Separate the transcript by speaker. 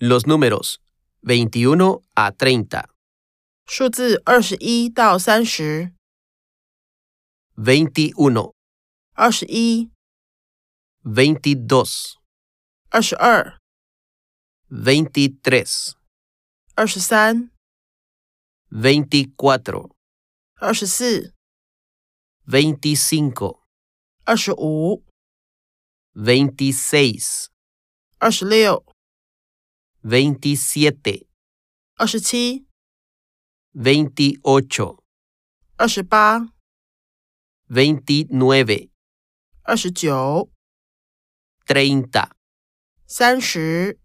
Speaker 1: Los números 21 a 30,
Speaker 2: 数字二十一到三十，
Speaker 1: 21,
Speaker 2: 二十一、
Speaker 1: 22,
Speaker 2: 二十二、
Speaker 1: 23,
Speaker 2: 二十三、
Speaker 1: 24,
Speaker 2: 二十四、
Speaker 1: 25,
Speaker 2: 二十五、
Speaker 1: 26,
Speaker 2: 二十六、
Speaker 1: 27,
Speaker 2: 二十七、
Speaker 1: 28,
Speaker 2: 二十八、
Speaker 1: 29,
Speaker 2: 二十九、
Speaker 1: 30.
Speaker 2: 三十。